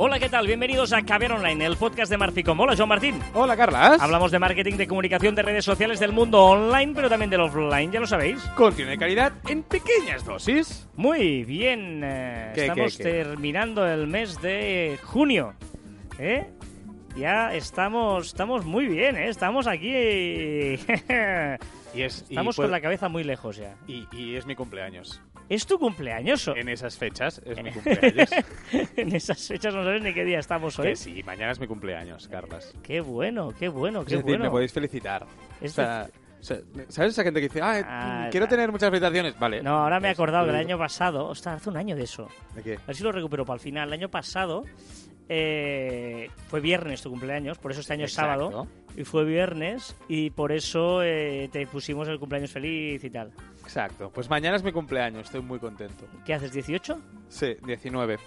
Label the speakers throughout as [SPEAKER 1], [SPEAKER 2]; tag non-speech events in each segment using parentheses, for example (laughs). [SPEAKER 1] Hola, ¿qué tal? Bienvenidos a Caber Online, el podcast de Marficom. Hola, Joan Martín.
[SPEAKER 2] Hola, Carlas.
[SPEAKER 1] Hablamos de marketing, de comunicación, de redes sociales, del mundo online, pero también del offline, ya lo sabéis.
[SPEAKER 2] Contiene calidad en pequeñas dosis.
[SPEAKER 1] Muy bien, eh,
[SPEAKER 2] ¿Qué, qué,
[SPEAKER 1] estamos
[SPEAKER 2] qué?
[SPEAKER 1] terminando el mes de junio. ¿eh? Ya estamos, estamos muy bien, ¿eh? estamos
[SPEAKER 2] (laughs)
[SPEAKER 1] aquí. estamos
[SPEAKER 2] Y es, y
[SPEAKER 1] con
[SPEAKER 2] puedo-
[SPEAKER 1] la cabeza muy lejos ya.
[SPEAKER 2] y- y es mi cumpleaños.
[SPEAKER 1] ¿Es tu cumpleaños? o-
[SPEAKER 2] En esas fechas es (laughs) mi cumpleaños.
[SPEAKER 1] (laughs) en esas fechas no sabes ni qué día estamos hoy.
[SPEAKER 2] que sí, mañana es mi cumpleaños, Carlas.
[SPEAKER 1] Qué bueno, qué bueno,
[SPEAKER 2] Es
[SPEAKER 1] qué
[SPEAKER 2] decir, me
[SPEAKER 1] bueno.
[SPEAKER 2] podéis felicitar.
[SPEAKER 1] Es
[SPEAKER 2] O sea, o sea, ¿Sabes esa gente que dice, ah,
[SPEAKER 1] Ah,
[SPEAKER 2] mm, quiero
[SPEAKER 1] la-
[SPEAKER 2] tener muchas felicitaciones? Vale.
[SPEAKER 1] No, ahora me he
[SPEAKER 2] Es-
[SPEAKER 1] acordado del año pasado. Ostras, hace un año de eso.
[SPEAKER 2] ¿De qué?
[SPEAKER 1] A ver si lo recupero para el final. El año pasado eh, fue viernes tu cumpleaños, por eso este año es
[SPEAKER 2] Exacto.
[SPEAKER 1] sábado. Y fue viernes y por eso eh, te pusimos el cumpleaños feliz y tal.
[SPEAKER 2] Exacto. Pues mañana es mi cumpleaños, estoy muy contento. Mm.
[SPEAKER 1] ¿Qué haces, 18?
[SPEAKER 2] Sí, 19.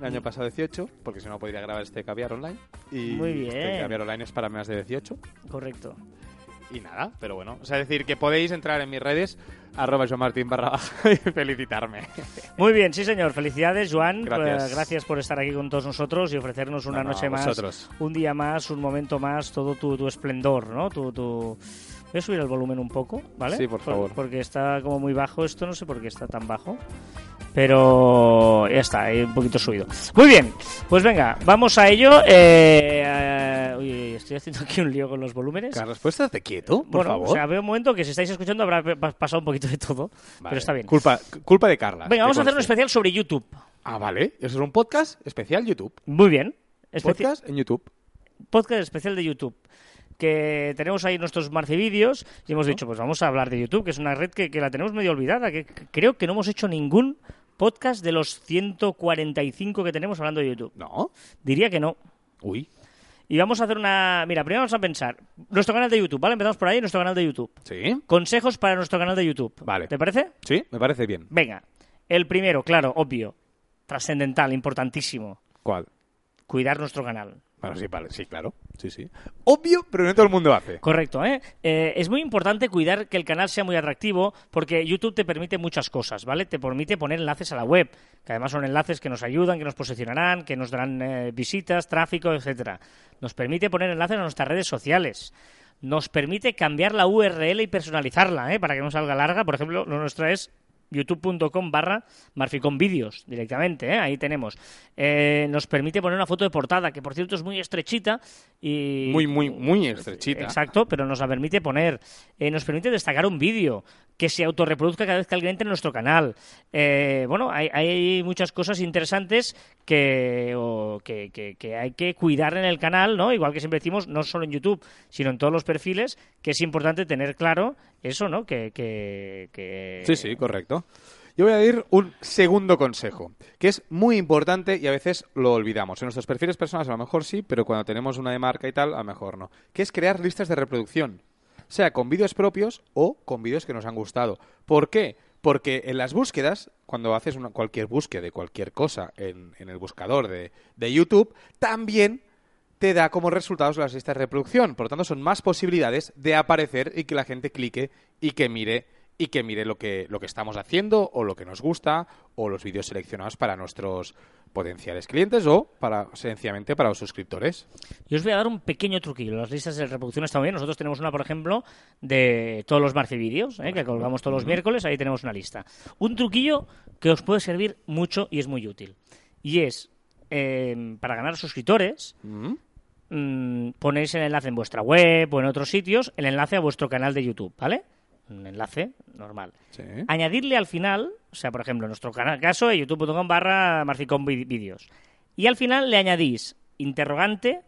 [SPEAKER 2] El año pasado 18, porque si no podría grabar este caviar online. Y
[SPEAKER 1] Muy
[SPEAKER 2] Este
[SPEAKER 1] bien.
[SPEAKER 2] caviar online es para más de 18.
[SPEAKER 1] Correcto.
[SPEAKER 2] Y nada, pero bueno, o sea, decir que podéis entrar en mis redes, arroba joanmartin barra baja (laughs) y felicitarme.
[SPEAKER 1] Muy bien, sí señor. Felicidades, Joan.
[SPEAKER 2] Gracias.
[SPEAKER 1] Eh, gracias por estar aquí con todos nosotros y ofrecernos una
[SPEAKER 2] No, no,
[SPEAKER 1] noche
[SPEAKER 2] a
[SPEAKER 1] más,
[SPEAKER 2] vosotros.
[SPEAKER 1] un día más, un momento más, todo tu, tu esplendor, ¿no? Tu, tu... Voy a subir el volumen un poco, ¿vale?
[SPEAKER 2] Sí, por favor.
[SPEAKER 1] porque está como muy bajo esto, no sé por qué está tan bajo. Pero ya está, eh, un poquito subido. Muy bien, pues venga, vamos a ello. Eh, eh, uy, estoy haciendo aquí un lío con los volúmenes.
[SPEAKER 2] Carlos, ¿puedes estarte quieto, por
[SPEAKER 1] bueno,
[SPEAKER 2] favor?
[SPEAKER 1] o sea, veo un momento que si estáis escuchando habrá pa- pasado un poquito de todo,
[SPEAKER 2] Vale.
[SPEAKER 1] pero está bien.
[SPEAKER 2] Culpa, culpa de Carla.
[SPEAKER 1] Venga, vamos a hacer un
[SPEAKER 2] especial.
[SPEAKER 1] especial sobre YouTube.
[SPEAKER 2] Ah, vale. Eso es un podcast especial YouTube.
[SPEAKER 1] Muy bien. Especi-
[SPEAKER 2] Podcast en YouTube.
[SPEAKER 1] podcast especial de YouTube. Que tenemos ahí nuestros marcivídeos y hemos dicho, pues vamos a hablar de YouTube, que es una red que, que la tenemos medio olvidada, que que creo que no hemos hecho ningún podcast de los 145 que tenemos hablando de YouTube.
[SPEAKER 2] No.
[SPEAKER 1] Diría que no.
[SPEAKER 2] Uy.
[SPEAKER 1] Y vamos a hacer una... Mira, primero vamos a pensar. Nuestro canal de YouTube, ¿vale? Empezamos por ahí, nuestro canal de YouTube.
[SPEAKER 2] ¿Sí?
[SPEAKER 1] Consejos para nuestro canal de YouTube.
[SPEAKER 2] Vale.
[SPEAKER 1] ¿Te parece?
[SPEAKER 2] Sí, me parece bien.
[SPEAKER 1] Venga. El primero, claro, obvio. Trascendental, importantísimo.
[SPEAKER 2] ¿Cuál?
[SPEAKER 1] Cuidar nuestro canal.
[SPEAKER 2] Bueno, sí, vale, sí, claro. Sí, sí. Obvio, pero no todo el mundo hace.
[SPEAKER 1] Correcto, ¿eh? Eh, Es muy importante cuidar que el canal sea muy atractivo porque YouTube te permite muchas cosas, ¿vale? Te permite poner enlaces a la web, que además son enlaces que nos ayudan, que nos posicionarán, que nos darán eh, visitas, tráfico, etcétera. Nos permite poner enlaces a nuestras redes sociales. Nos permite cambiar la URL y personalizarla, ¿eh? Para que no salga larga. Por ejemplo, la nuestra es youtube.com barra marficonvideos directamente, ¿eh? ahí tenemos. Eh, nos permite poner una foto de portada, que por cierto es muy estrechita y...
[SPEAKER 2] Muy, muy, muy estrechita.
[SPEAKER 1] Exacto, pero nos la permite poner. Eh, nos permite destacar un vídeo, que se autorreproduzca cada vez que alguien entre en nuestro canal. Eh, bueno, hay, hay muchas cosas interesantes que, o que, que- que hay que cuidar en el canal, ¿no? Igual que siempre decimos, no solo en YouTube, sino en todos los perfiles, que es importante tener claro eso, ¿no? Que, que- que-
[SPEAKER 2] Sí, sí, correcto. Yo voy a dar un segundo consejo, que es muy importante y a veces lo olvidamos. En nuestros perfiles personales a lo mejor sí, pero cuando tenemos una de marca y tal, a lo mejor no. Que es crear listas de reproducción, sea con vídeos propios o con vídeos que nos han gustado. ¿Por qué? Porque en las búsquedas, cuando haces una- cualquier búsqueda de cualquier cosa en, en el buscador de, de YouTube, también te da como resultados las listas de reproducción. Por lo tanto, son más posibilidades de aparecer y que la gente clique y que mire y que mire lo que, lo que estamos haciendo o lo que nos gusta o los vídeos seleccionados para nuestros potenciales clientes o para sencillamente para los suscriptores.
[SPEAKER 1] Yo os voy a dar un pequeño truquillo. Las listas de reproducción están muy bien. Nosotros tenemos una, por ejemplo, de todos los marcivídeos, ¿eh? que colgamos todos los miércoles. Ahí tenemos una lista. Un truquillo que os puede servir mucho y es muy útil. Y es, eh, para ganar suscriptores, mm, ponéis el enlace en vuestra web o en otros sitios, el enlace a vuestro canal de YouTube, ¿vale? Un enlace normal
[SPEAKER 2] Sí.
[SPEAKER 1] añadirle al final, o sea, por ejemplo, en nuestro canal caso, youtube.com barra marficonvideos. Y al final le añadís interrogante,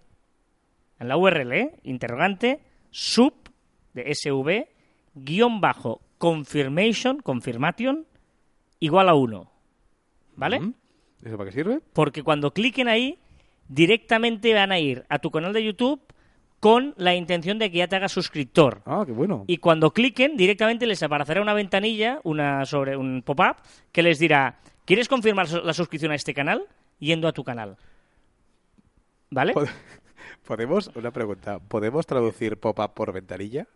[SPEAKER 1] en la URL, ¿eh? interrogante, sub, de SV, guión bajo, confirmation, confirmation, igual a 1. ¿Vale?
[SPEAKER 2] Mm. ¿Eso para qué sirve?
[SPEAKER 1] Porque cuando cliquen ahí, directamente van a ir a tu canal de YouTube con la intención de que ya te hagas suscriptor.
[SPEAKER 2] Ah, qué bueno.
[SPEAKER 1] Y cuando cliquen, directamente les aparecerá una ventanilla, una sobre un pop-up, que les dirá, ¿quieres confirmar su- la suscripción a este canal? Yendo a tu canal. ¿Vale?
[SPEAKER 2] (laughs) Pod- Podemos, una pregunta, ¿podemos traducir pop-up por ventanilla?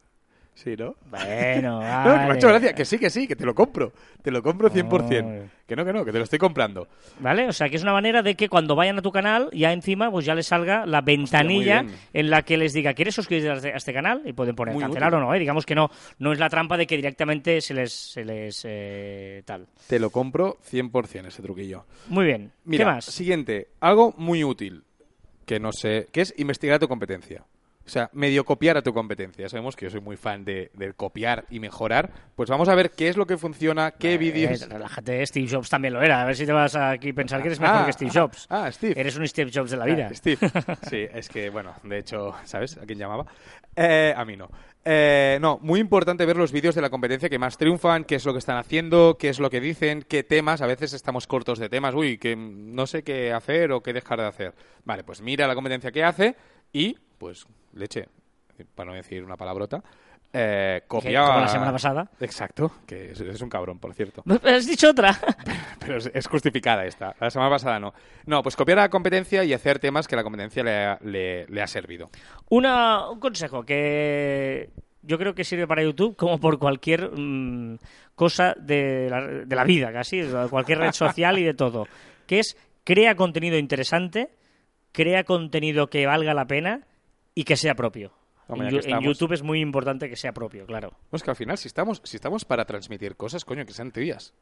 [SPEAKER 2] Sí, ¿no?
[SPEAKER 1] Bueno,
[SPEAKER 2] (laughs) No, que me ha
[SPEAKER 1] vale.
[SPEAKER 2] hecho gracia. Que sí, que sí, que te lo compro. Te lo compro 100%.
[SPEAKER 1] Hombre.
[SPEAKER 2] Que no, que no, que te lo estoy comprando.
[SPEAKER 1] ¿Vale? O sea, que es una manera de que cuando vayan a tu canal, ya encima, pues ya les salga la ventanilla
[SPEAKER 2] muy bien.
[SPEAKER 1] en la que les diga, ¿quieres suscribirte a este- a este canal? Y pueden poner
[SPEAKER 2] Muy
[SPEAKER 1] cancelar
[SPEAKER 2] útil.
[SPEAKER 1] o no, ¿eh? Digamos que no, no es la trampa de que directamente se les, se les, eh, tal.
[SPEAKER 2] Te lo compro 100% ese truquillo.
[SPEAKER 1] Muy bien.
[SPEAKER 2] Mira,
[SPEAKER 1] ¿Qué más?
[SPEAKER 2] siguiente. Algo muy útil que no sé, que es investigar a tu competencia. O sea, medio copiar a tu competencia. Ya sabemos que yo soy muy fan de, de copiar y mejorar. Pues vamos a ver qué es lo que funciona, qué
[SPEAKER 1] Eh,
[SPEAKER 2] vídeos...
[SPEAKER 1] relájate, Steve Jobs también lo era. A ver si te vas aquí a pensar que eres mejor
[SPEAKER 2] Ah,
[SPEAKER 1] que Steve Jobs.
[SPEAKER 2] ah, Steve.
[SPEAKER 1] Eres un Steve Jobs de la
[SPEAKER 2] Ah,
[SPEAKER 1] vida.
[SPEAKER 2] Steve.
[SPEAKER 1] (laughs)
[SPEAKER 2] Sí, es que, bueno, de hecho, ¿sabes a quién llamaba? Eh, a mí no. Eh, no, muy importante ver los vídeos de la competencia que más triunfan, qué es lo que están haciendo, qué es lo que dicen, qué temas. A veces estamos cortos de temas, uy, que mm, no sé qué hacer o qué dejar de hacer. Vale, pues mira la competencia que hace y, pues, leche, para no decir una palabrota, eh, copia.
[SPEAKER 1] como la semana pasada.
[SPEAKER 2] Exacto, que es- es un cabrón, por cierto.
[SPEAKER 1] Pues, Has dicho otra. (laughs)
[SPEAKER 2] Pero es- es justificada esta. La semana pasada no. No, pues copiar a la competencia y hacer temas que la competencia le ha, le- le ha servido.
[SPEAKER 1] Una, un consejo que yo creo que sirve para YouTube como por cualquier mm, cosa de la, de la vida, casi, de cualquier red social y de todo, que es crea contenido interesante, crea contenido que valga la pena y que sea propio.
[SPEAKER 2] Hombre,
[SPEAKER 1] en, Yu-
[SPEAKER 2] ya Oh, que
[SPEAKER 1] en
[SPEAKER 2] estamos.
[SPEAKER 1] YouTube es muy importante que sea propio, claro.
[SPEAKER 2] Pues que al final, si estamos, si estamos para transmitir cosas, coño, que sean tuyas.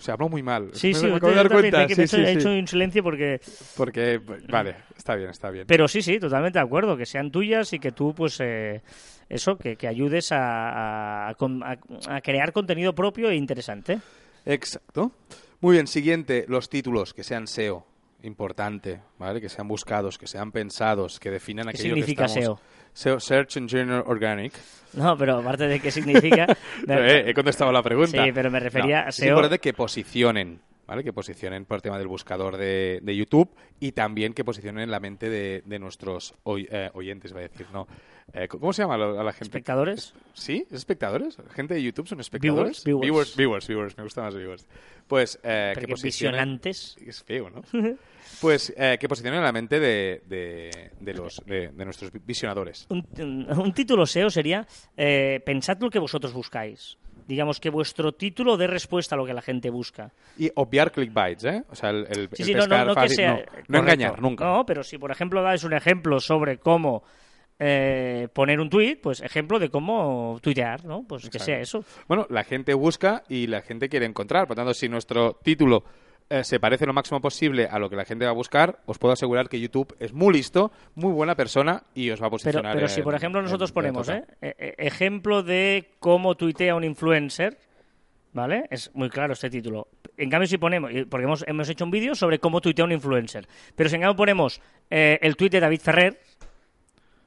[SPEAKER 2] O sea, hablo muy mal.
[SPEAKER 1] Sí,
[SPEAKER 2] Me
[SPEAKER 1] sí,
[SPEAKER 2] acabo de
[SPEAKER 1] yo
[SPEAKER 2] dar
[SPEAKER 1] también,
[SPEAKER 2] cuenta.
[SPEAKER 1] que
[SPEAKER 2] Sí,
[SPEAKER 1] me he hecho-
[SPEAKER 2] sí,
[SPEAKER 1] he
[SPEAKER 2] sí.
[SPEAKER 1] hecho un silencio porque...
[SPEAKER 2] Porque, vale, está bien, está bien.
[SPEAKER 1] Pero sí, sí, totalmente de acuerdo, que sean tuyas y que tú, pues, eh, eso, que, que ayudes a, a- a- a crear contenido propio e interesante.
[SPEAKER 2] Exacto. Muy bien, siguiente, los títulos, que sean SEO. Importante, ¿vale? Que sean buscados, que sean pensados, que definan
[SPEAKER 1] ¿Qué
[SPEAKER 2] aquello
[SPEAKER 1] significa E
[SPEAKER 2] que estamos... SEO? Search Engine Organic.
[SPEAKER 1] No, pero aparte de qué significa. me-
[SPEAKER 2] Eh, he contestado la pregunta.
[SPEAKER 1] Sí, pero me refería a
[SPEAKER 2] Es
[SPEAKER 1] SEO.
[SPEAKER 2] importante que posicionen, ¿vale? Que posicionen por el tema del buscador de, de YouTube y también que posicionen en la mente de, de nuestros oy- eh, oyentes, va a decir, ¿no? Eh, ¿Cómo se llama lo- a la gente?
[SPEAKER 1] espectadores.
[SPEAKER 2] ¿Sí? ¿Es ¿Espectadores? ¿Gente de YouTube son espectadores?
[SPEAKER 1] Viewers, viewers.
[SPEAKER 2] viewers, viewers, viewers, me gusta más viewers. Pues eh, que
[SPEAKER 1] Porque
[SPEAKER 2] posicionen...
[SPEAKER 1] visionantes.
[SPEAKER 2] Es
[SPEAKER 1] (laughs)
[SPEAKER 2] feo, ¿no? Pues eh, que posicionen en la mente de, de- de los, de- de nuestros visionadores.
[SPEAKER 1] Un, un título SEO sería eh, pensad lo que vosotros buscáis. Digamos que vuestro título dé respuesta a lo que la gente busca.
[SPEAKER 2] Y obviar clickbaits, ¿eh? O sea, el, el-
[SPEAKER 1] Sí,
[SPEAKER 2] el
[SPEAKER 1] sí, no, no,
[SPEAKER 2] pescar
[SPEAKER 1] no que
[SPEAKER 2] fácil,
[SPEAKER 1] sea.
[SPEAKER 2] no.
[SPEAKER 1] correcto.
[SPEAKER 2] No engañar, nunca.
[SPEAKER 1] No, pero si, por ejemplo, dais un ejemplo sobre cómo eh, poner un tweet, pues ejemplo de cómo tuitear, ¿no? Pues que
[SPEAKER 2] Exacto.
[SPEAKER 1] sea eso.
[SPEAKER 2] Bueno, la gente busca y la gente quiere encontrar. Por tanto, si nuestro título eh, se parece lo máximo posible a lo que la gente va a buscar, os puedo asegurar que YouTube es muy listo, muy buena persona y os va a
[SPEAKER 1] Pero,
[SPEAKER 2] posicionar.
[SPEAKER 1] pero si,
[SPEAKER 2] en-
[SPEAKER 1] por ejemplo, nosotros
[SPEAKER 2] en- en
[SPEAKER 1] ponemos
[SPEAKER 2] total.
[SPEAKER 1] ¿eh? E- e- ejemplo de cómo tuitea un influencer, ¿vale? Es muy claro este título. En cambio, si ponemos, y- porque hemos, hemos hecho un vídeo sobre cómo tuitea un influencer, pero si en cambio ponemos eh, el tuit de David Ferrer,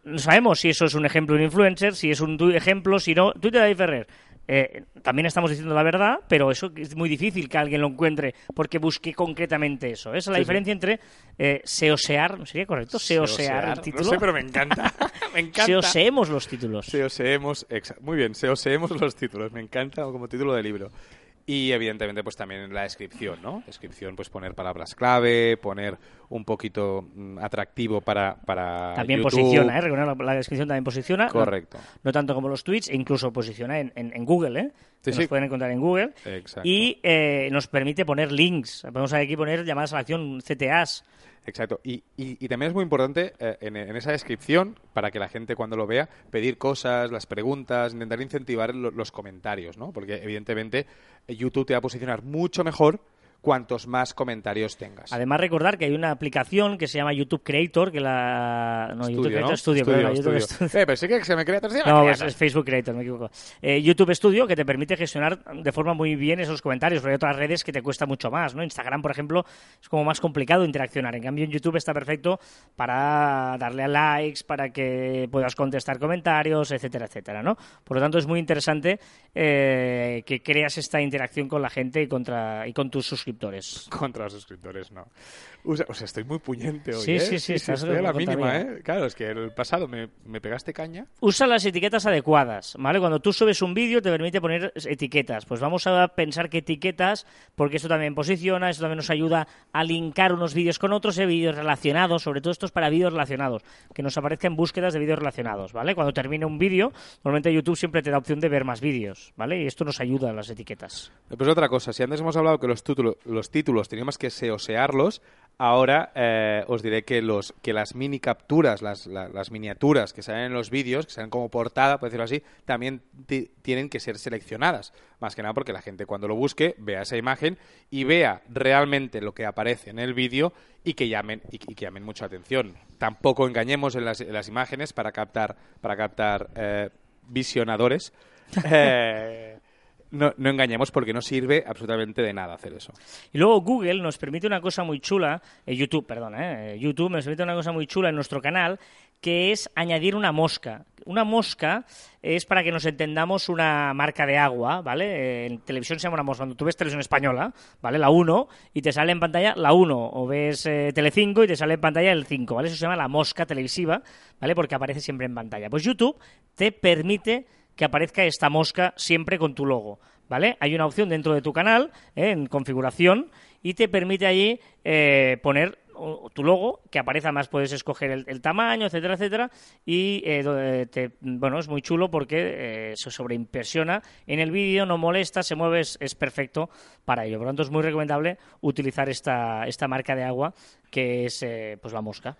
[SPEAKER 1] no sabemos si eso es un ejemplo de un influencer, si es un tu- ejemplo, si no. Tuit de David Ferrer. eh, también estamos diciendo la verdad, pero eso es muy difícil que alguien lo encuentre porque busque concretamente eso. Esa es la
[SPEAKER 2] Sí, sí.
[SPEAKER 1] diferencia entre eh, seosear, ¿sería correcto? Seosear el título.
[SPEAKER 2] No sé, pero
[SPEAKER 1] (laughs)
[SPEAKER 2] me encanta. me encanta.
[SPEAKER 1] Seoseemos los títulos.
[SPEAKER 2] Seoseemos, exa- muy bien, seoseemos los títulos, me encanta como título de libro. Y evidentemente pues también en la descripción, ¿no? Descripción pues poner palabras clave, poner un poquito mm, atractivo para, para
[SPEAKER 1] También
[SPEAKER 2] YouTube.
[SPEAKER 1] posiciona, ¿eh? Recordad, la, la descripción también posiciona.
[SPEAKER 2] Correcto.
[SPEAKER 1] No, no tanto como los tweets, e incluso posiciona en, en- en Google, ¿eh? Que
[SPEAKER 2] Sí,
[SPEAKER 1] Nos
[SPEAKER 2] sí.
[SPEAKER 1] pueden encontrar en Google.
[SPEAKER 2] Exacto.
[SPEAKER 1] Y eh, nos permite poner links. Podemos aquí poner llamadas a la acción, CTAs.
[SPEAKER 2] Exacto. Y, y- y también es muy importante eh, en, en esa descripción, para que la gente cuando lo vea, pedir cosas, las preguntas, intentar incentivar lo- los comentarios, ¿no? Porque evidentemente eh, YouTube te va a posicionar mucho mejor cuantos más comentarios tengas.
[SPEAKER 1] Además, recordar que hay una aplicación que se llama YouTube Creator, que la... No, YouTube
[SPEAKER 2] Estudio,
[SPEAKER 1] Creator Studio,
[SPEAKER 2] ¿no? Estudio,
[SPEAKER 1] perdona, YouTube
[SPEAKER 2] estudio.
[SPEAKER 1] Studio.
[SPEAKER 2] Eh, pero sí que se me crea tercera.
[SPEAKER 1] No,
[SPEAKER 2] me
[SPEAKER 1] es,
[SPEAKER 2] crea-
[SPEAKER 1] es Facebook Creator, me equivoco. Eh, YouTube Studio, que te permite gestionar de forma muy bien esos comentarios, pero hay otras redes que te cuesta mucho más, ¿no? Instagram, por ejemplo, es como más complicado interaccionar. En cambio, en YouTube está perfecto para darle a likes, para que puedas contestar comentarios, etcétera, etcétera, ¿no? Por lo tanto, es muy interesante eh, que creas esta interacción con la gente y, contra, y con tus suscriptores suscriptores.
[SPEAKER 2] (laughs) Contra los suscriptores, no. Usa- o sea, estoy muy puñente hoy.
[SPEAKER 1] Sí,
[SPEAKER 2] ¿eh?
[SPEAKER 1] sí, sí, estás
[SPEAKER 2] estoy a la
[SPEAKER 1] contra
[SPEAKER 2] mínima,
[SPEAKER 1] mía.
[SPEAKER 2] ¿eh? Claro, es que el pasado me, me pegaste caña.
[SPEAKER 1] Usa las etiquetas adecuadas, ¿vale? Cuando tú subes un vídeo te permite poner etiquetas. Pues vamos a pensar qué etiquetas, porque esto también posiciona, esto también nos ayuda a linkar unos vídeos con otros, eh, vídeos relacionados, sobre todo estos para vídeos relacionados, que nos aparezcan búsquedas de vídeos relacionados, ¿vale? Cuando termine un vídeo, normalmente YouTube siempre te da opción de ver más vídeos, ¿vale? Y esto nos ayuda a las etiquetas.
[SPEAKER 2] Pues otra cosa, si antes hemos hablado que los, título- los títulos teníamos que seosearlos, ahora eh, os diré que, los, que las mini capturas, las, la- las miniaturas que salen en los vídeos, que salen como portada, por decirlo así, también ti- tienen que ser seleccionadas. Más que nada porque la gente cuando lo busque vea esa imagen y vea realmente lo que aparece en el vídeo y que llamen y, que- y que llamen mucha atención. Tampoco engañemos en las, en las imágenes para captar, para captar eh, visionadores. Eh, no, no engañemos porque no sirve absolutamente de nada hacer eso.
[SPEAKER 1] Y luego Google nos permite una cosa muy chula, eh, YouTube, perdón, eh, YouTube nos permite una cosa muy chula en nuestro canal, que es añadir una mosca. Una mosca es para que nos entendamos una marca de agua, ¿vale? Eh, En televisión se llama una mosca. Cuando tú ves televisión española, ¿vale? La 1 y te sale en pantalla la 1. O ves eh, Telecinco y te sale en pantalla el 5, ¿vale? Eso se llama la mosca televisiva, ¿vale? Porque aparece siempre en pantalla. Pues YouTube te permite que aparezca esta mosca siempre con tu logo, ¿vale? Hay una opción dentro de tu canal, ¿eh? en configuración, y te permite allí eh, poner o- tu logo, que aparece más, puedes escoger el, el tamaño, etcétera, etcétera, y eh, do- eh, te- bueno, es muy chulo porque eh, se sobreimpresiona en el vídeo, no molesta, se mueve, es, es perfecto para ello. Por lo tanto, es muy recomendable utilizar esta, esta marca de agua que es eh, pues la mosca.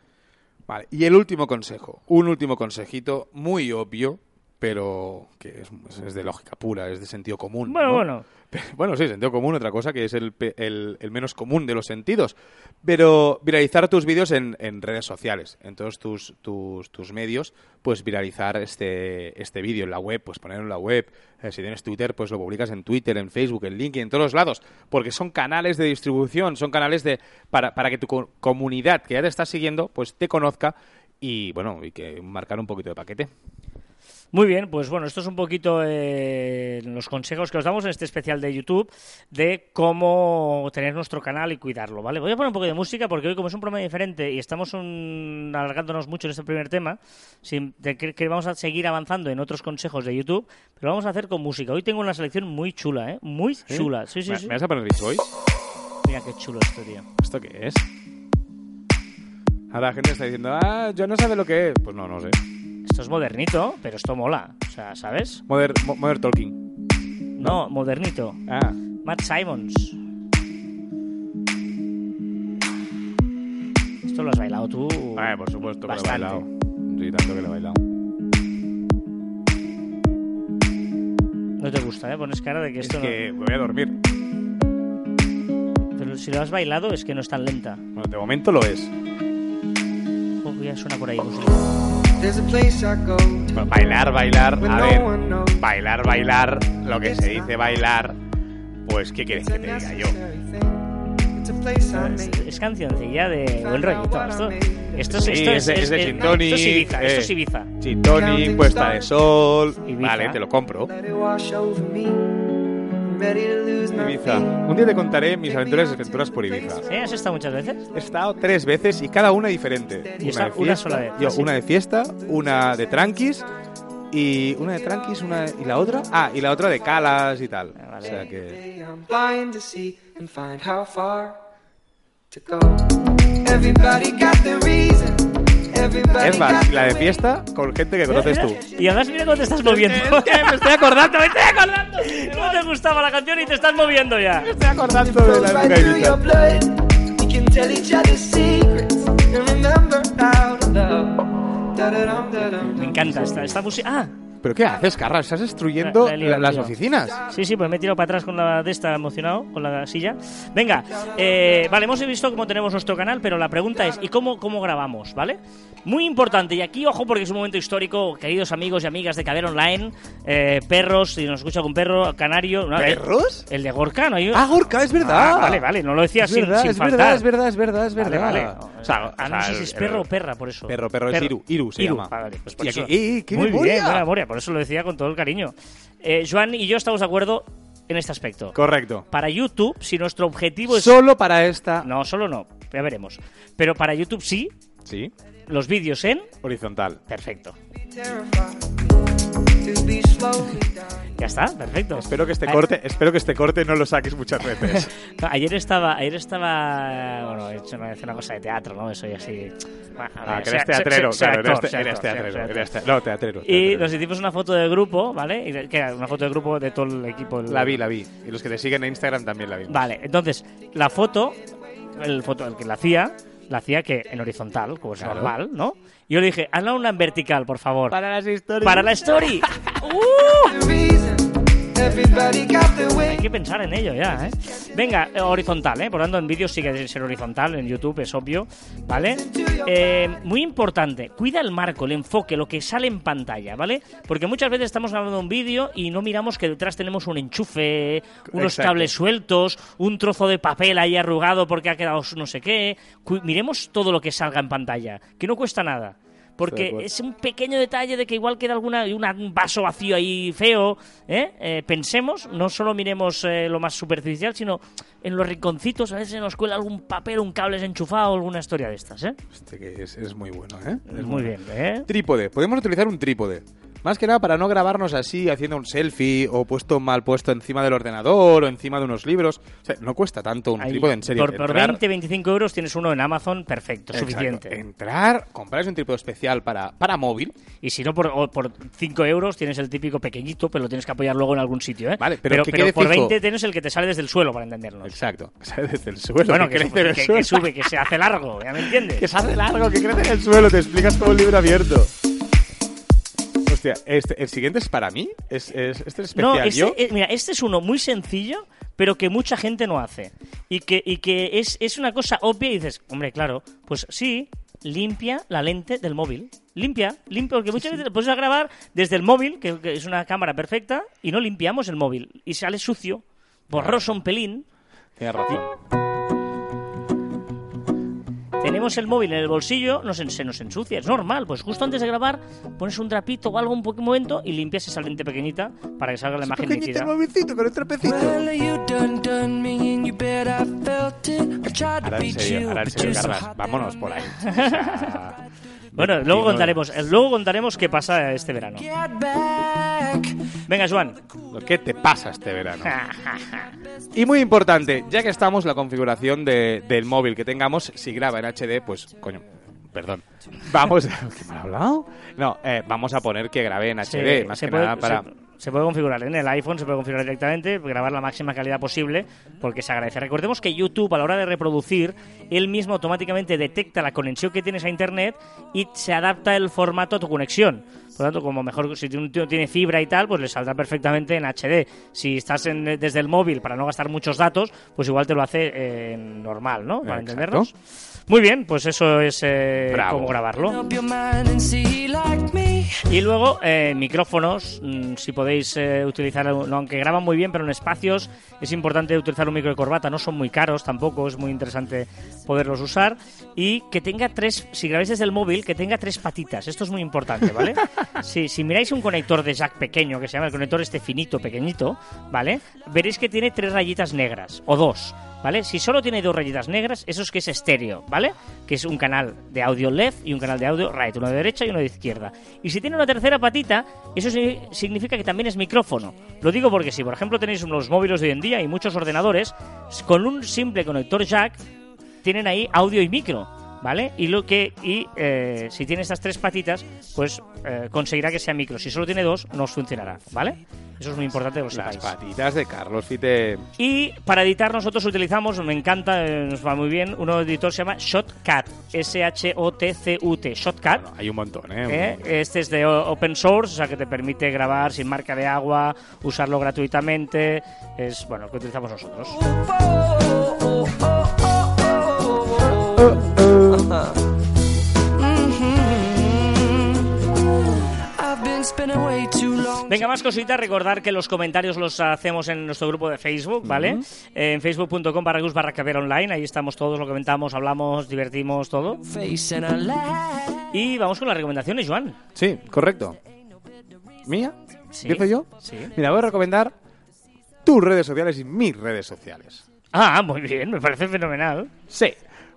[SPEAKER 2] Vale, y el último consejo, un último consejito muy obvio, pero que es, es de lógica pura, es de sentido común.
[SPEAKER 1] Bueno,
[SPEAKER 2] ¿no?
[SPEAKER 1] bueno.
[SPEAKER 2] (laughs) Bueno, sí, sentido común, otra cosa que es el, pe- el- el menos común de los sentidos. Pero viralizar tus vídeos en, en redes sociales, en todos tus, tus, tus medios, pues viralizar este, este vídeo en la web, pues ponerlo en la web. Eh, si tienes Twitter, pues lo publicas en Twitter, en Facebook, en LinkedIn, en todos los lados. Porque son canales de distribución, son canales de para, para que tu co- comunidad que ya te está siguiendo, pues te conozca y, bueno, y que marcar un poquito de paquete.
[SPEAKER 1] Muy bien, pues bueno, esto es un poquito eh, los consejos que os damos en este especial de YouTube de cómo tener nuestro canal y cuidarlo, ¿vale? Voy a poner un poco de música porque hoy como es un programa diferente y estamos un- alargándonos mucho en este primer tema, sin- de que, que vamos a seguir avanzando en otros consejos de YouTube, pero vamos a hacer con música. Hoy tengo una selección muy chula, ¿eh? Muy chula. Sí, sí,
[SPEAKER 2] ¿Me,
[SPEAKER 1] sí.
[SPEAKER 2] me vas a poner Rich Boys?
[SPEAKER 1] Mira qué chulo esto, tío.
[SPEAKER 2] ¿Esto qué es? Ahora la gente está diciendo, ah, yo no sabe lo que es. Pues no, no sé.
[SPEAKER 1] Esto es modernito, pero esto mola. O sea, ¿sabes?
[SPEAKER 2] Modern, mo- modern Talking.
[SPEAKER 1] No, modernito.
[SPEAKER 2] Ah,
[SPEAKER 1] Matt Simons. Esto lo has bailado tú.
[SPEAKER 2] ah, por supuesto que
[SPEAKER 1] Bastante.
[SPEAKER 2] lo he bailado. Sí, tanto que lo he bailado.
[SPEAKER 1] No te gusta, ¿eh? Pones cara de que
[SPEAKER 2] pues. Es
[SPEAKER 1] esto
[SPEAKER 2] que me voy a dormir.
[SPEAKER 1] no. Pero si lo has bailado es que no es tan lenta.
[SPEAKER 2] Bueno, de momento lo es.
[SPEAKER 1] Ojo, ya suena por ahí pues, música.
[SPEAKER 3] There's a place I go to
[SPEAKER 2] Bueno, bailar, bailar,
[SPEAKER 3] when
[SPEAKER 2] a
[SPEAKER 3] no
[SPEAKER 2] ver.
[SPEAKER 3] one knows.
[SPEAKER 2] Bailar, bailar, lo que se dice bailar. Pues, ¿qué quieres
[SPEAKER 3] It's
[SPEAKER 2] que
[SPEAKER 3] a
[SPEAKER 2] te diga yo? Ah,
[SPEAKER 3] necessary thing. It's a place I
[SPEAKER 1] Es,
[SPEAKER 3] made.
[SPEAKER 1] es cancioncilla de buen rollito. Esto, esto, es-
[SPEAKER 2] Sí,
[SPEAKER 1] esto
[SPEAKER 2] es de- es de Gin Tonic,
[SPEAKER 1] Esto es Ibiza. Esto
[SPEAKER 2] eh.
[SPEAKER 1] es Ibiza.
[SPEAKER 2] Chitonic, puesta de sol.
[SPEAKER 1] Ibiza.
[SPEAKER 2] Vale, te lo compro.
[SPEAKER 3] Let it wash over me. I'm ready to lose my
[SPEAKER 2] Ibiza.
[SPEAKER 3] feet.
[SPEAKER 2] Un día te contaré mis aventuras y aventuras por Ibiza.
[SPEAKER 1] ¿Eh? ¿Has estado muchas veces?
[SPEAKER 2] He estado tres veces y cada una diferente.
[SPEAKER 1] Y esta
[SPEAKER 2] de
[SPEAKER 1] una
[SPEAKER 2] fiesta-
[SPEAKER 1] sola vez.
[SPEAKER 2] Yo, una de fiesta, una de tranquis y una de tranquis, una y la otra. Ah, y la otra de calas y tal.
[SPEAKER 1] Ah, vale.
[SPEAKER 2] O sea que
[SPEAKER 3] I'm blind to see and find how far to go. Everybody got the reason. Everybody
[SPEAKER 2] es más,
[SPEAKER 3] got
[SPEAKER 2] la de
[SPEAKER 3] the
[SPEAKER 2] fiesta con gente que conoces tú.
[SPEAKER 1] Y además mira cómo te estás moviendo.
[SPEAKER 2] (laughs) Es que me estoy acordando, me estoy acordando.
[SPEAKER 1] (laughs) No te gustaba la canción y te estás moviendo ya.
[SPEAKER 2] Me estoy acordando
[SPEAKER 3] way.
[SPEAKER 2] de la
[SPEAKER 3] Flows right
[SPEAKER 2] época de
[SPEAKER 3] through
[SPEAKER 2] Ibiza.
[SPEAKER 3] your blood. We can tell each other secrets and remember how to love. Da-da-dum, da-dum,
[SPEAKER 1] Me
[SPEAKER 3] dum.
[SPEAKER 1] encanta esta, esta música. Ah,
[SPEAKER 2] Pero qué haces, Carras? Estás destruyendo
[SPEAKER 1] La- la he liado,
[SPEAKER 2] la- las
[SPEAKER 1] tío.
[SPEAKER 2] oficinas.
[SPEAKER 1] Sí, sí, pues me he tirado para atrás con la de esta emocionado, con la silla. Venga, eh, vale, hemos visto cómo tenemos nuestro canal, pero la pregunta es, ¿y cómo, cómo grabamos, vale? Muy importante, y aquí ojo porque es un momento histórico, queridos amigos y amigas de Caber Online, eh, perros, si nos escucha algún perro, canario... no, eh,
[SPEAKER 2] ¿Perros?
[SPEAKER 1] El de Gorka, ¿no? Hay...
[SPEAKER 2] Ah, Gorka, es verdad.
[SPEAKER 1] Ah, vale, vale, no lo decía
[SPEAKER 2] Es
[SPEAKER 1] sin,
[SPEAKER 2] verdad,
[SPEAKER 1] sin
[SPEAKER 2] es
[SPEAKER 1] faltar.
[SPEAKER 2] verdad, es verdad, es verdad, es
[SPEAKER 1] Vale,
[SPEAKER 2] verdad.
[SPEAKER 1] vale.
[SPEAKER 2] O sea,
[SPEAKER 1] Ah,
[SPEAKER 2] o
[SPEAKER 1] no
[SPEAKER 2] sea,
[SPEAKER 1] sé si es
[SPEAKER 2] el-
[SPEAKER 1] perro o perra, por eso.
[SPEAKER 2] Perro, perro, es Iru, Iru se llama.
[SPEAKER 1] ah, vale, pues por
[SPEAKER 2] Y
[SPEAKER 1] eso.
[SPEAKER 2] aquí- ¡eh, qué
[SPEAKER 1] Muy
[SPEAKER 2] memoria!
[SPEAKER 1] bien, buena memoria, por eso lo decía con todo el cariño. Eh, Joan y yo estamos de acuerdo en este aspecto.
[SPEAKER 2] Correcto.
[SPEAKER 1] Para YouTube, si nuestro objetivo es...
[SPEAKER 2] Solo para esta.
[SPEAKER 1] No, solo no, ya veremos. Pero para YouTube sí,
[SPEAKER 2] Sí.
[SPEAKER 1] los vídeos en...
[SPEAKER 2] Horizontal.
[SPEAKER 1] Perfecto.
[SPEAKER 3] be terrified to be slowly dying.
[SPEAKER 1] Ya está, perfecto.
[SPEAKER 2] Espero que este
[SPEAKER 1] A-
[SPEAKER 2] corte, espero que este corte no lo saques muchas veces.
[SPEAKER 1] (laughs) No, ayer estaba, ayer estaba, bueno, he hecho una, hice una cosa de teatro, ¿no? Soy así. Bueno, a
[SPEAKER 2] Ah,
[SPEAKER 1] ver,
[SPEAKER 2] que
[SPEAKER 1] sea-
[SPEAKER 2] eres teatrero,
[SPEAKER 1] sea- sea
[SPEAKER 2] claro, eres
[SPEAKER 1] actor,
[SPEAKER 2] te-
[SPEAKER 1] sea
[SPEAKER 2] eres
[SPEAKER 1] actor, sea-
[SPEAKER 2] teatrero,
[SPEAKER 1] sea
[SPEAKER 2] eres
[SPEAKER 1] actor.
[SPEAKER 2] te- no, teatrero.
[SPEAKER 1] Y
[SPEAKER 2] teatrero.
[SPEAKER 1] nos hicimos una foto del grupo, ¿vale? Y que era una foto del grupo de todo el equipo. el-
[SPEAKER 2] La vi, la vi. Y los que te siguen en Instagram también la vi.
[SPEAKER 1] Vale, entonces, la foto, el foto, el que la hacía, la hacía que en horizontal, como es
[SPEAKER 2] Claro.
[SPEAKER 1] normal, ¿no? Y Yo le dije, hazla una en vertical, por favor. Para,
[SPEAKER 2] las historias.
[SPEAKER 1] la (laughs) story. ¡Uh!
[SPEAKER 3] The reason everybody got their way.
[SPEAKER 1] Hay que pensar en ello ya, ¿eh? Venga, eh, horizontal, ¿eh? Por lo tanto, en vídeos sí que debe ser horizontal, en YouTube es obvio, ¿vale? Eh, muy importante, cuida el marco, el enfoque, lo que sale en pantalla, ¿vale? Porque muchas veces estamos grabando un vídeo y no miramos que detrás tenemos un enchufe, unos
[SPEAKER 2] Exacto.
[SPEAKER 1] cables sueltos, un trozo de papel ahí arrugado porque ha quedado no sé qué. Cu- miremos todo lo que salga en pantalla, que no cuesta nada.
[SPEAKER 2] Estoy de
[SPEAKER 1] Porque
[SPEAKER 2] acuerdo.
[SPEAKER 1] es un pequeño detalle de que igual queda alguna, una- un vaso vacío ahí feo. ¿eh? Eh, pensemos, no solo miremos eh, lo más superficial, sino en los rinconcitos a veces se nos cuela algún papel, un cable desenchufado, alguna historia de estas. ¿eh?
[SPEAKER 2] Este que es, es muy bueno, ¿eh? Es
[SPEAKER 1] Muy
[SPEAKER 2] bueno.
[SPEAKER 1] bien. ¿eh?
[SPEAKER 2] Trípode. Podemos utilizar un trípode. Más que nada para no grabarnos así haciendo un selfie o puesto mal puesto encima del ordenador o encima de unos libros. O sea, no cuesta tanto un
[SPEAKER 1] Ahí,
[SPEAKER 2] trípode en serio.
[SPEAKER 1] por, por
[SPEAKER 2] Entrar-
[SPEAKER 1] 20, 25 euros tienes uno en Amazon, perfecto,
[SPEAKER 2] Exacto.
[SPEAKER 1] suficiente.
[SPEAKER 2] Entrar, compráis un trípode especial para, para móvil.
[SPEAKER 1] Y si no, por, o por 5 euros tienes el típico pequeñito, pero lo tienes que apoyar luego en algún sitio. ¿eh?
[SPEAKER 2] Vale, pero que quede
[SPEAKER 1] por
[SPEAKER 2] fijo.
[SPEAKER 1] 20 tienes el que te sale desde el suelo, para entendernos.
[SPEAKER 2] Exacto. (laughs) O sea, desde el suelo.
[SPEAKER 1] Bueno, que,
[SPEAKER 2] crece en el
[SPEAKER 1] que- que
[SPEAKER 2] suelo.
[SPEAKER 1] sube, que se hace largo, ¿ya me entiendes?
[SPEAKER 2] Que se hace largo, que crece en el suelo, te explicas como un libro abierto. Hostia, este, el siguiente es para mí. Es, es- este es especial.
[SPEAKER 1] No, este,
[SPEAKER 2] Yo-
[SPEAKER 1] eh, mira, este es uno muy sencillo, pero que mucha gente no hace. Y que, y que es, es una cosa obvia y dices, hombre, claro, pues sí, limpia la lente del móvil. Limpia, limpia, porque muchas veces puedes grabar desde el móvil, que, que es una cámara perfecta, y no limpiamos el móvil. Y sale sucio, borroso un pelín.
[SPEAKER 2] Tienes razón.
[SPEAKER 1] Tenemos el móvil en el bolsillo, nos, en- se nos ensucia, es normal. Pues justo antes de grabar pones un trapito o algo un poco momento y limpias esa lente pequeñita para que salga la imagen
[SPEAKER 2] Pequeñito el
[SPEAKER 1] nítida.
[SPEAKER 2] movilcito con el trapecito.
[SPEAKER 4] Well, you done done me and you bet I felt it. I tried to
[SPEAKER 2] Ahora en
[SPEAKER 4] beat
[SPEAKER 2] serio,
[SPEAKER 4] you,
[SPEAKER 2] ahora en
[SPEAKER 4] but
[SPEAKER 2] serio,
[SPEAKER 4] you're so
[SPEAKER 2] Carlas,
[SPEAKER 4] hot that
[SPEAKER 2] vámonos por ahí. O sea,
[SPEAKER 1] Bueno,
[SPEAKER 2] no-
[SPEAKER 1] luego
[SPEAKER 2] no-
[SPEAKER 1] contaremos, eh, luego contaremos qué pasa este verano.
[SPEAKER 4] Get back.
[SPEAKER 1] Venga, Juan.
[SPEAKER 2] Lo que te pasa este verano. y muy importante, ya que estamos, la configuración de- del móvil que tengamos, si graba en HD, pues, coño, perdón. Vamos, (laughs) ¿qué mal hablado? No, eh, vamos a poner que grabe en HD, más que nada para...
[SPEAKER 1] se- se puede configurar en el iPhone, se puede configurar directamente, grabar la máxima calidad posible, porque se agradece. Recordemos que YouTube, a la hora de reproducir, él mismo automáticamente detecta la conexión que tienes a Internet y se adapta el formato a tu conexión. Por lo tanto, como mejor, si un tío tiene fibra y tal, pues le saldrá perfectamente en HD. Si estás en- desde el móvil para no gastar muchos datos, pues igual te lo hace eh, normal, ¿no? Para
[SPEAKER 2] Exacto.
[SPEAKER 1] entendernos. Muy bien, pues eso es eh,
[SPEAKER 2] Bravo.
[SPEAKER 1] cómo grabarlo.
[SPEAKER 4] Up your mind and see like me.
[SPEAKER 1] Y luego, eh, micrófonos, mm, si podéis eh, utilizar, no, aunque graban muy bien, pero en espacios es importante utilizar un micro de corbata, no son muy caros tampoco, es muy interesante poderlos usar. Y que tenga tres, si grabáis desde el móvil, que tenga tres patitas, esto es muy importante, ¿vale? Sí, si miráis un conector de jack pequeño, que se llama el conector este finito, pequeñito, ¿vale? Veréis que tiene tres rayitas negras, o dos. ¿Vale? Si solo tiene dos rayitas negras, eso es que es estéreo, ¿vale? Que es un canal de audio left y un canal de audio right, uno de derecha y uno de izquierda. Y si tiene una tercera patita, eso si- significa que también es micrófono. Lo digo porque si, por ejemplo, tenéis unos móviles de hoy en día y muchos ordenadores, s- con un simple conector jack tienen ahí audio y micro, ¿vale? Y lo que y eh, si tiene estas tres patitas, pues eh, conseguirá que sea micro. Si solo tiene dos, no os funcionará, ¿vale? Eso es muy importante que lo
[SPEAKER 2] Las
[SPEAKER 1] sepáis.
[SPEAKER 2] patitas de Carlos Fite.
[SPEAKER 1] Y para editar nosotros utilizamos, me encanta, eh, nos va muy bien, un editor se llama Shotcut, S-H-O-T-C-U-T, Shotcut.
[SPEAKER 2] Bueno, hay un montón, ¿eh?
[SPEAKER 1] ¿eh? Este es de o- open source, o sea que te permite grabar sin marca de agua, usarlo gratuitamente, es bueno lo que utilizamos nosotros.
[SPEAKER 4] oh, oh, Mm-hmm. I've been spinning way too long.
[SPEAKER 1] Venga, más cositas. Recordar que los comentarios los hacemos en nuestro grupo de Facebook, ¿vale? Eh, En facebook.com barra Gus barra Caber online. Ahí estamos todos, lo comentamos, hablamos, divertimos, todo.
[SPEAKER 4] Face and I laugh.
[SPEAKER 1] Y vamos con las recomendaciones, Joan.
[SPEAKER 2] Sí, correcto. ¿Mía?
[SPEAKER 1] Sí.
[SPEAKER 2] ¿Empiezo yo?
[SPEAKER 1] Sí.
[SPEAKER 2] Mira, voy a recomendar tus redes sociales y mis redes sociales.
[SPEAKER 1] Ah, muy bien, me parece fenomenal.
[SPEAKER 2] Sí.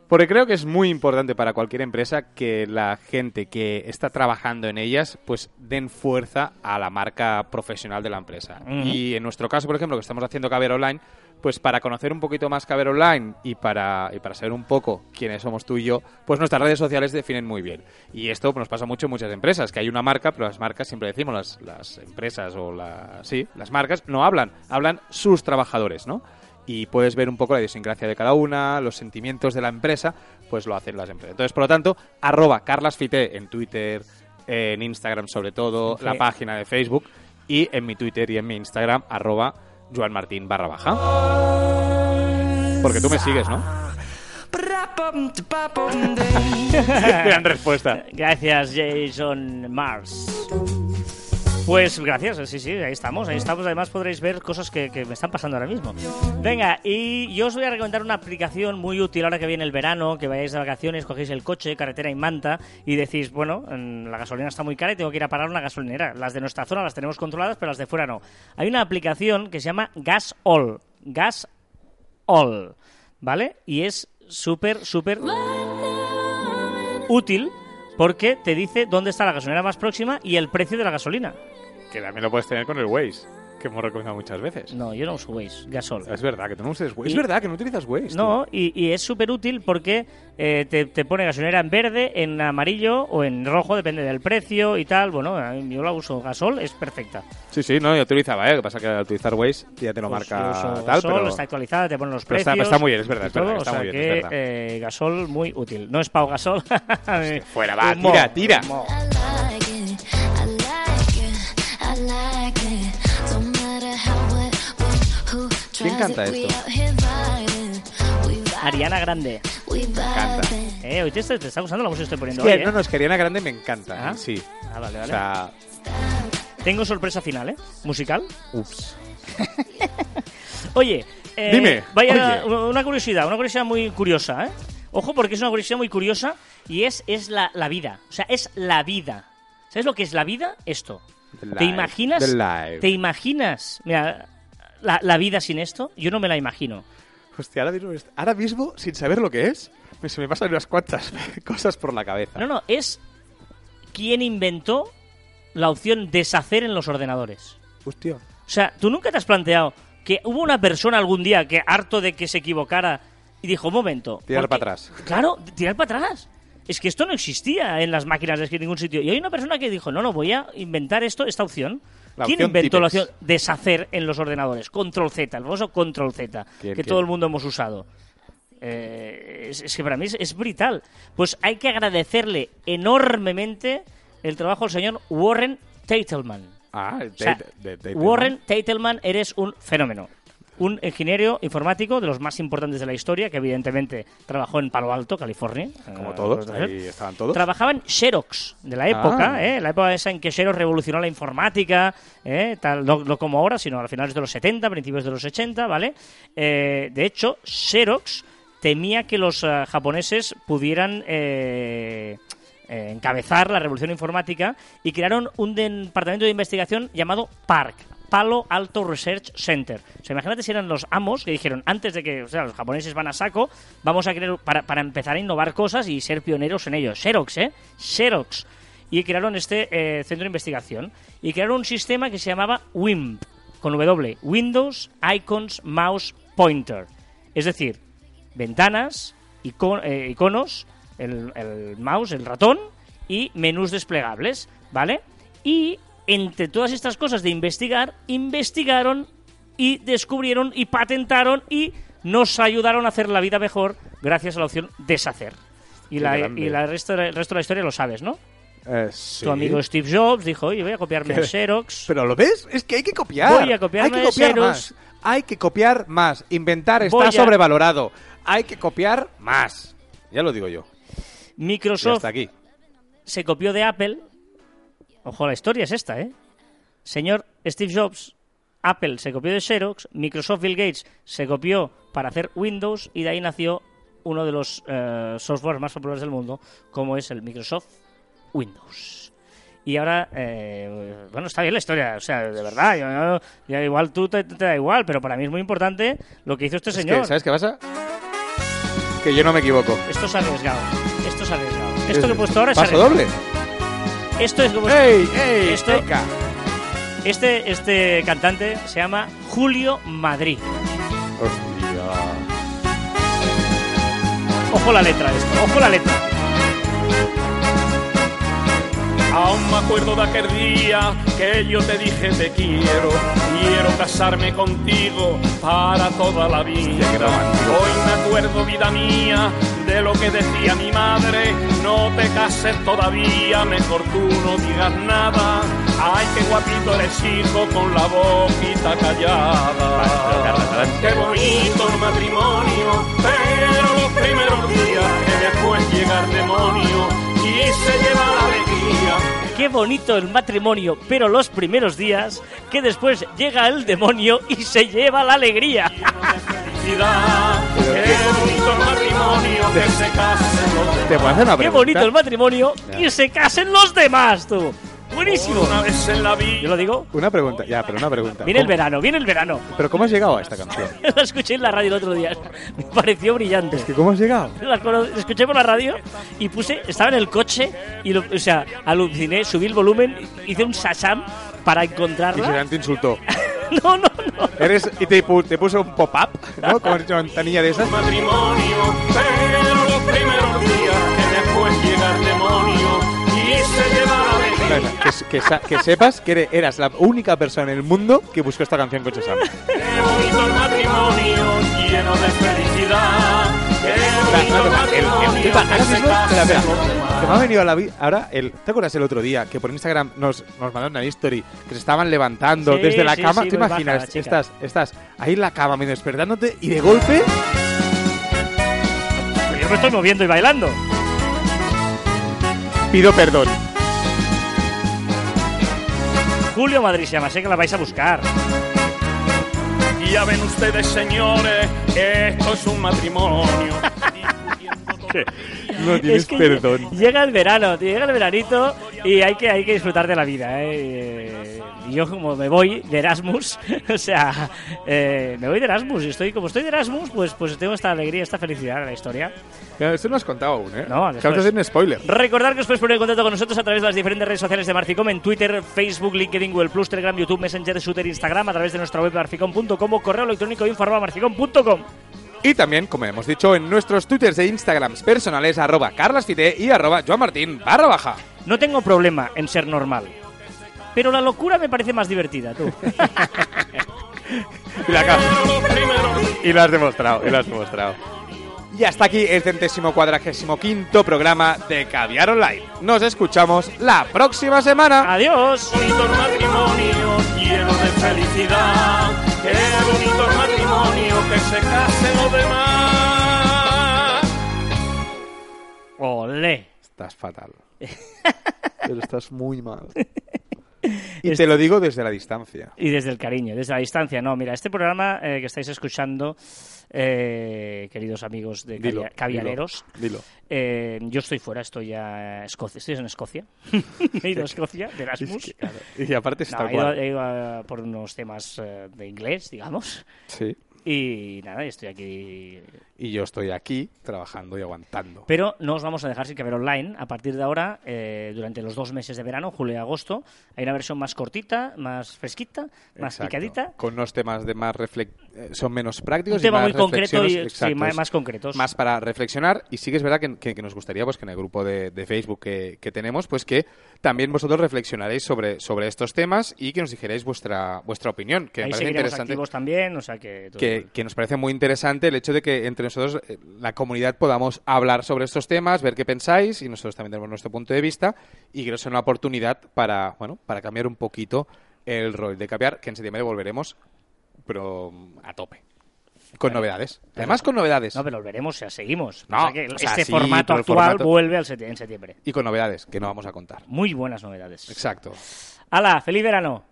[SPEAKER 2] Porque creo que es muy importante para cualquier empresa que la gente que está trabajando en ellas pues den fuerza a la marca profesional de la empresa. Y en nuestro caso, por ejemplo, que estamos haciendo Caber Online, pues para conocer un poquito más Caber Online y para, y para saber un poco quiénes somos tú y yo, pues nuestras redes sociales definen muy bien. Y esto pues, nos pasa mucho en muchas empresas, que hay una marca, pero las marcas siempre decimos, las, las empresas o las... Sí, las marcas no hablan, hablan sus trabajadores, ¿no? y puedes ver un poco la idiosincrasia de cada una, los sentimientos de la empresa, pues lo hacen las empresas. Entonces, por lo tanto, arroba carlasfite en Twitter, en Instagram sobre todo,
[SPEAKER 1] Sí.
[SPEAKER 2] la página de Facebook y en mi Twitter y en mi Instagram, arroba Martín barra baja. Porque tú me sigues, ¿no? (laughs) Gran respuesta.
[SPEAKER 1] Gracias, Jason Mars. Pues gracias, sí, sí, ahí estamos, ahí estamos. Además podréis ver cosas que, que me están pasando ahora mismo. Venga, y yo os voy a recomendar una aplicación muy útil ahora que viene el verano, que vayáis de vacaciones, cogéis el coche, carretera y manta y decís, bueno, mm, la gasolina está muy cara y tengo que ir a parar a una gasolinera. Las de nuestra zona las tenemos controladas, pero las de fuera no. Hay una aplicación que se llama Gas All, Gas All, ¿vale? Y es súper, súper útil porque te dice dónde está la gasolinera más próxima y el precio de la gasolina.
[SPEAKER 2] Que también lo puedes tener con el Waze, que hemos recomendado muchas veces.
[SPEAKER 1] No, yo no uso Waze, gasol.
[SPEAKER 2] Es verdad que tú no usas Waze.
[SPEAKER 1] Y-
[SPEAKER 2] Es verdad que no utilizas Waze. tú.
[SPEAKER 1] No, y, y es súper útil porque eh, te, te pone gasolinera en verde, en amarillo o en rojo, depende del precio y tal. Bueno, a mí- yo la uso gasol, es perfecta.
[SPEAKER 2] Sí, sí, no, yo utilizaba, ¿eh? Lo que pasa es que al utilizar Waze ya te lo
[SPEAKER 1] Pues
[SPEAKER 2] marca
[SPEAKER 1] yo uso
[SPEAKER 2] tal,
[SPEAKER 1] gasol,
[SPEAKER 2] pero...
[SPEAKER 1] está actualizada, te pone los
[SPEAKER 2] pero
[SPEAKER 1] precios.
[SPEAKER 2] está- está muy bien, es verdad,
[SPEAKER 1] y
[SPEAKER 2] es verdad,
[SPEAKER 1] todo,
[SPEAKER 2] está
[SPEAKER 1] o sea
[SPEAKER 2] muy bien,
[SPEAKER 1] que
[SPEAKER 2] es verdad.
[SPEAKER 1] eh, gasol muy útil. No es Pau Gasol. (laughs) Eh,
[SPEAKER 2] Fuera, va, tira, tira.
[SPEAKER 5] I like it, I like it, I like it. Don't matter how, what, when, who
[SPEAKER 2] ¿Quién
[SPEAKER 5] tries
[SPEAKER 2] canta
[SPEAKER 5] it. We
[SPEAKER 2] esto?
[SPEAKER 5] out here vibing, we vibing,
[SPEAKER 1] Ariana Grande.
[SPEAKER 5] we vibing.
[SPEAKER 1] Eh, hoy te, te está gustando la música que estoy poniendo.
[SPEAKER 2] Que,
[SPEAKER 1] hoy,
[SPEAKER 2] no,
[SPEAKER 1] eh.
[SPEAKER 2] no, es que Ariana Grande me encanta.
[SPEAKER 1] Ah.
[SPEAKER 2] Sí.
[SPEAKER 1] Ah, vale,
[SPEAKER 2] O
[SPEAKER 1] vale.
[SPEAKER 2] sea,
[SPEAKER 1] Tengo sorpresa final, ¿eh? Musical.
[SPEAKER 2] ups.
[SPEAKER 1] Oye, eh,
[SPEAKER 2] Dime,
[SPEAKER 1] Vaya,
[SPEAKER 2] oye.
[SPEAKER 1] una curiosidad, una curiosidad muy curiosa, ¿eh? Ojo, porque es una curiosidad muy curiosa y es, es la, la vida. O sea, es la vida. ¿Sabes lo que es la vida? Esto. ¿Te
[SPEAKER 2] The life,
[SPEAKER 1] imaginas?
[SPEAKER 2] the life.
[SPEAKER 1] ¿Te imaginas? Mira, la, la vida sin esto, yo no me la imagino.
[SPEAKER 2] Hostia, ahora mismo, ahora mismo, sin saber lo que es, me- se me pasan unas cuantas (laughs) cosas por la cabeza.
[SPEAKER 1] No, no, es quien inventó la opción deshacer en los ordenadores.
[SPEAKER 2] Hostia.
[SPEAKER 1] O sea, ¿tú nunca te has planteado que hubo una persona algún día que, harto de que se equivocara, y dijo, un momento...
[SPEAKER 2] Tirar
[SPEAKER 1] porque-"
[SPEAKER 2] para atrás.
[SPEAKER 1] Claro, tirar para atrás. Es que esto no existía en las máquinas de escribir en ningún sitio. Y hay una persona que dijo, no, no, voy a inventar esto, esta opción.
[SPEAKER 2] La
[SPEAKER 1] ¿Quién
[SPEAKER 2] opción
[SPEAKER 1] inventó la
[SPEAKER 2] Tipex.
[SPEAKER 1] opción deshacer en los ordenadores? Control Z, el famoso Control Z, que
[SPEAKER 2] ¿Quién,
[SPEAKER 1] todo
[SPEAKER 2] quién?
[SPEAKER 1] el mundo hemos usado. Eh, es, es que para mí es, es brutal. Pues hay que agradecerle enormemente el trabajo al señor Warren Teitelman.
[SPEAKER 2] Ah, el
[SPEAKER 1] O sea,
[SPEAKER 2] Tate- de- Tate, ¿no?
[SPEAKER 1] Warren Teitelman, eres un fenómeno. Un ingeniero informático de los más importantes de la historia, que evidentemente trabajó en Palo Alto, California.
[SPEAKER 2] Como
[SPEAKER 1] Eh,
[SPEAKER 2] todos,
[SPEAKER 1] pues,
[SPEAKER 2] ahí estaban todos.
[SPEAKER 1] Trabajaba en Xerox de la época,
[SPEAKER 2] Ah.
[SPEAKER 1] ¿eh? la época esa en que Xerox revolucionó la informática, ¿eh? Tal, no, no como ahora, sino a finales de los 70, principios de los 80, ¿vale? Eh, de hecho, Xerox temía que los eh, japoneses pudieran eh, eh, encabezar la revolución informática y crearon un departamento de investigación llamado PARC. Palo Alto Research Center. O sea, imagínate si eran los amos que dijeron, antes de que o sea, los japoneses van a saco, vamos a crear, para, para empezar a innovar cosas y ser pioneros en ello. Xerox, ¿eh? Xerox. Y crearon este eh, centro de investigación. Y crearon un sistema que se llamaba WIMP, con W, Windows Icons Mouse Pointer. Es decir, ventanas, ico- eh, iconos, el, el mouse, el ratón y menús desplegables, ¿vale? Y entre todas estas cosas de investigar, investigaron y descubrieron y patentaron y nos ayudaron a hacer la vida mejor gracias a la opción deshacer. Y,
[SPEAKER 2] Qué
[SPEAKER 1] la,
[SPEAKER 2] grande.
[SPEAKER 1] y la resto, el resto de la historia lo sabes, ¿no?
[SPEAKER 2] Eh, sí.
[SPEAKER 1] Tu amigo Steve Jobs dijo, oye, voy a
[SPEAKER 2] (laughs)
[SPEAKER 1] copiarme a Xerox.
[SPEAKER 2] Pero lo ves, es que hay que copiar.
[SPEAKER 1] Voy a copiarme
[SPEAKER 2] Hay
[SPEAKER 1] de
[SPEAKER 2] que copiar
[SPEAKER 1] Xerox.
[SPEAKER 2] más. Hay que copiar más. Inventar está
[SPEAKER 1] Voy a-
[SPEAKER 2] sobrevalorado. Hay que copiar más. Ya lo digo yo. Y
[SPEAKER 1] Microsoft
[SPEAKER 2] hasta aquí.
[SPEAKER 1] se copió de Apple. Ojo, la historia es esta, ¿eh? Señor Steve Jobs, Apple se copió de Xerox, Microsoft Bill Gates se copió para hacer Windows y de ahí nació uno de los eh, softwares más populares del mundo, como es el Microsoft Windows. y ahora, eh, bueno, está bien la historia, o sea, de verdad, yo- yo- ya igual tú te, te da igual, pero para mí es muy importante lo que hizo este
[SPEAKER 2] Es
[SPEAKER 1] señor.
[SPEAKER 2] que, ¿Sabes qué pasa? Que yo no me equivoco.
[SPEAKER 1] Esto es arriesgado, esto es arriesgado.
[SPEAKER 2] Es-
[SPEAKER 1] Esto que he puesto ahora Pues es
[SPEAKER 2] Paso
[SPEAKER 1] arriesgado.
[SPEAKER 2] doble.
[SPEAKER 1] Esto es lo que he puesto-
[SPEAKER 2] ¡Ey, ey!
[SPEAKER 1] Esto-
[SPEAKER 2] venga.
[SPEAKER 1] Este, este cantante se llama Julio Madrid.
[SPEAKER 2] Hostia.
[SPEAKER 1] Ojo la letra de esto, ojo la letra.
[SPEAKER 6] Aún me acuerdo de aquel día que yo te dije te quiero, quiero casarme contigo para toda la vida.
[SPEAKER 2] Hostia, qué romántico.
[SPEAKER 6] Hoy me acuerdo, vida mía, de lo que decía mi madre, no te cases todavía, mejor tú no digas nada. Ay, qué guapito eres hijo con la boquita callada. Qué bonito el matrimonio, pero los primeros días que después llega el demonio y se lleva la alegría.
[SPEAKER 1] Qué bonito el matrimonio, pero los primeros días, que después llega el demonio y se lleva la alegría.
[SPEAKER 6] felicidad. Qué bonito el matrimonio que se casen los
[SPEAKER 2] ¿Te puedo hacer
[SPEAKER 6] demás.
[SPEAKER 2] una pregunta?
[SPEAKER 1] Qué bonito el matrimonio, que se casen los demás, tú. Buenísimo.
[SPEAKER 6] Una vez en la
[SPEAKER 1] Yo
[SPEAKER 6] vida.
[SPEAKER 1] lo digo.
[SPEAKER 2] Una pregunta, ya, pero una pregunta.
[SPEAKER 1] Viene el
[SPEAKER 2] ¿Cómo-
[SPEAKER 1] verano, viene el verano.
[SPEAKER 2] ¿Pero cómo has llegado a esta canción?
[SPEAKER 1] (laughs) La escuché en la radio el otro día. (laughs) Me pareció brillante.
[SPEAKER 2] ¿Que ¿Cómo has llegado?
[SPEAKER 1] La cono- escuché por la radio y puse, estaba en el coche y lo- o sea, aluciné, subí el volumen, hice un sasam para
[SPEAKER 2] Y
[SPEAKER 1] encontrarla.
[SPEAKER 2] Serán te insultó.
[SPEAKER 1] (laughs) No, no, no.
[SPEAKER 2] Eres, y te, pu- te puso un pop-up, ¿no? Como has dicho, ventanilla de esas.
[SPEAKER 6] matrimonio, pero los primeros días que después llega el demonio y se lleva la alegría.
[SPEAKER 2] Que, s- que sa- que sepas que ere- eras la única persona en el mundo que buscó esta canción con Chesam.
[SPEAKER 6] Qué bonito el matrimonio lleno de felicidad. Qué bonito el matrimonio
[SPEAKER 2] Epa, ahora mismo- espera,
[SPEAKER 6] que se casen
[SPEAKER 2] espera.
[SPEAKER 6] los demás.
[SPEAKER 2] Que me ha venido a la vi- Ahora, el, ¿te acuerdas el otro día que por Instagram nos, nos mandaron una story que se estaban levantando
[SPEAKER 1] Sí,
[SPEAKER 2] desde la
[SPEAKER 1] sí,
[SPEAKER 2] cama?
[SPEAKER 1] sí,
[SPEAKER 2] ¿Te
[SPEAKER 1] muy baja
[SPEAKER 2] imaginas?
[SPEAKER 1] la chica.
[SPEAKER 2] estás, estás ahí en la cama, medio despertándote y de golpe.
[SPEAKER 1] Pero Yo me estoy moviendo y bailando.
[SPEAKER 2] Pido
[SPEAKER 1] (laughs)
[SPEAKER 2] perdón.
[SPEAKER 1] Julio Madrid se llama, sé que la vais a buscar.
[SPEAKER 6] Y ya ven ustedes, señores, esto es un matrimonio.
[SPEAKER 2] No tienes
[SPEAKER 1] Es que
[SPEAKER 2] perdón.
[SPEAKER 1] Llega el verano, tío, llega el veranito y hay que, hay que disfrutar de la vida. ¿eh? Y yo como me voy de Erasmus, (laughs) o sea, eh, me voy de Erasmus y estoy como estoy de Erasmus, pues, pues tengo esta alegría, esta felicidad en la historia.
[SPEAKER 2] Mira, Esto no has contado aún, ¿eh?
[SPEAKER 1] No,
[SPEAKER 2] Acabas de
[SPEAKER 1] después.
[SPEAKER 2] hacer un spoiler.
[SPEAKER 1] Recordar que os podéis poner en contacto con nosotros a través de las diferentes redes sociales de Marficom en Twitter, Facebook, LinkedIn, Google Plus, Telegram, YouTube, Messenger, Shooter, Instagram, a través de nuestra web marficom.com o correo electrónico info arroba marficom.com.
[SPEAKER 2] Y también, como hemos dicho, en nuestros twitters e instagrams personales, arroba carlasfite y arroba joanmartin barra baja.
[SPEAKER 1] No tengo problema en ser normal. Pero la locura me parece más divertida, tú.
[SPEAKER 2] Y la acabas.
[SPEAKER 6] Pero los primeros días
[SPEAKER 2] Y lo has demostrado, y lo has demostrado. Y hasta aquí el centésimo cuadragésimo quinto programa de Caviar Online. Nos escuchamos la próxima
[SPEAKER 1] Ah.
[SPEAKER 2] semana.
[SPEAKER 1] ¡Adiós!
[SPEAKER 6] bonito el matrimonio lleno de felicidad. Qué bonito el matrimonio que se casen los demás.
[SPEAKER 1] ¡Olé!
[SPEAKER 2] Estás
[SPEAKER 1] (laughs)
[SPEAKER 2] fatal. Pero estás muy mal. Y te lo digo desde la distancia.
[SPEAKER 1] Y desde el cariño, desde la distancia. No, mira, este programa eh, que estáis escuchando, eh, queridos amigos de
[SPEAKER 2] Dilo,
[SPEAKER 1] cavia- caviareros,
[SPEAKER 2] dilo, dilo.
[SPEAKER 1] eh, yo estoy fuera, estoy a Escocia. Estoy en Escocia. (laughs) he ido a Escocia, de Erasmus.
[SPEAKER 2] Y aparte
[SPEAKER 1] No,
[SPEAKER 2] está
[SPEAKER 1] he, ido, he ido a por unos temas eh, de inglés, digamos.
[SPEAKER 2] Sí.
[SPEAKER 1] Y nada, estoy aquí.
[SPEAKER 2] Y yo estoy aquí trabajando y aguantando.
[SPEAKER 1] Pero no os vamos a dejar sin caber online. A partir de ahora, eh, durante los dos meses de verano, julio y agosto, hay una versión más cortita, más fresquita, más
[SPEAKER 2] Exacto.
[SPEAKER 1] picadita.
[SPEAKER 2] Con unos temas de más reflex- eh, son menos
[SPEAKER 1] Un
[SPEAKER 2] prácticos.
[SPEAKER 1] tema
[SPEAKER 2] y
[SPEAKER 1] muy
[SPEAKER 2] más
[SPEAKER 1] concreto y
[SPEAKER 2] reflexiones,
[SPEAKER 1] sí, más,
[SPEAKER 2] exactos.
[SPEAKER 1] más concretos.
[SPEAKER 2] más para reflexionar y sí que es verdad que, que- que nos gustaría pues que en el grupo de, de Facebook que, que tenemos pues que también vosotros reflexionaréis sobre, sobre estos temas y que nos dijerais vuestra vuestra opinión que me
[SPEAKER 1] Ahí
[SPEAKER 2] parece
[SPEAKER 1] seguiremos
[SPEAKER 2] interesante
[SPEAKER 1] activos también, o sea que... todo
[SPEAKER 2] que,
[SPEAKER 1] bien.
[SPEAKER 2] que nos parece muy interesante el hecho de que entre nosotros eh, la comunidad podamos hablar sobre estos temas, ver qué pensáis y nosotros también tenemos nuestro punto de vista y creo que es una oportunidad para, bueno, para cambiar un poquito el rol de caviar, que en septiembre volveremos pero mm, a tope. Con novedades. Además con novedades.
[SPEAKER 1] No, pero lo veremos, o sea, seguimos.
[SPEAKER 2] No,
[SPEAKER 1] O sea que
[SPEAKER 2] o sea,
[SPEAKER 1] este
[SPEAKER 2] sí,
[SPEAKER 1] formato
[SPEAKER 2] pero el
[SPEAKER 1] actual
[SPEAKER 2] formato-
[SPEAKER 1] vuelve al septi- en septiembre.
[SPEAKER 2] Y con novedades que no vamos a contar.
[SPEAKER 1] Muy buenas novedades.
[SPEAKER 2] Exacto.
[SPEAKER 1] ¡Hala! ¡Feliz verano!